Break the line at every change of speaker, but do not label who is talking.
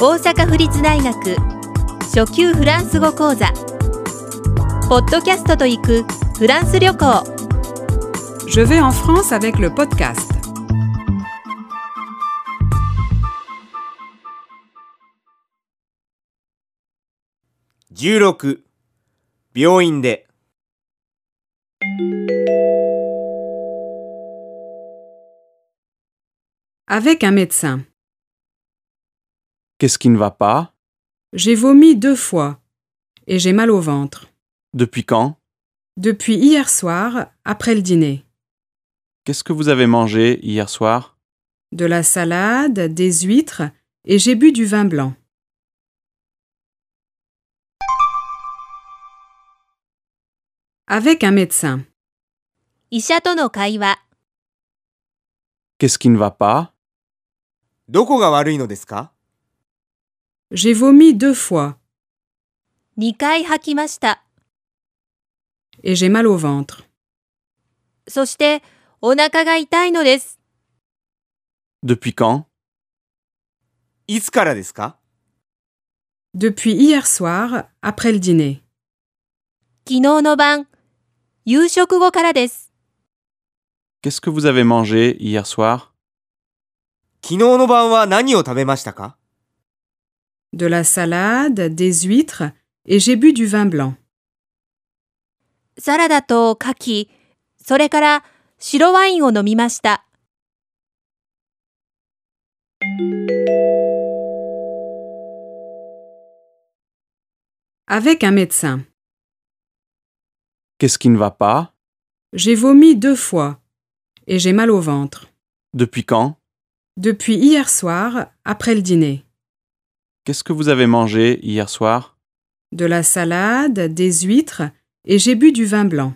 大阪府立大学初級フランス語講座ポッドキャストと行くフランス旅行
Je vais en France avec le podcast.
?16 病院で
Avec un médecin.
Qu'est-ce qui ne va pas
J'ai vomi deux fois et j'ai mal au ventre.
Depuis quand
Depuis hier soir, après le dîner.
Qu'est-ce que vous avez mangé hier soir
De la salade, des huîtres et j'ai bu du vin blanc. Avec un médecin.
医者との会話
Qu'est-ce qui ne va pas
どこが悪いのですか
J'ai vomi deux fois
2回吐きました
et j'ai mal au ventre.
そしてお腹が痛いのです
Depuis quand
いつからですか
Depuis hier soir, après le dîner.
昨日の晩夕食後からです
Qu'est-ce que vous avez mangé hier soir
昨日の晩は何を食べましたか
De la salade, des huîtres et j'ai bu du vin blanc.
サラダと牡蠣それから白ワインを飲みました
Avec un médecin.
Qu'est-ce qui ne va pas
J'ai vomi deux fois et j'ai mal au ventre.
Depuis quand
Depuis hier soir, après le dîner.
Qu'est-ce que vous avez mangé hier soir
De la salade, des huîtres et j'ai bu du vin blanc.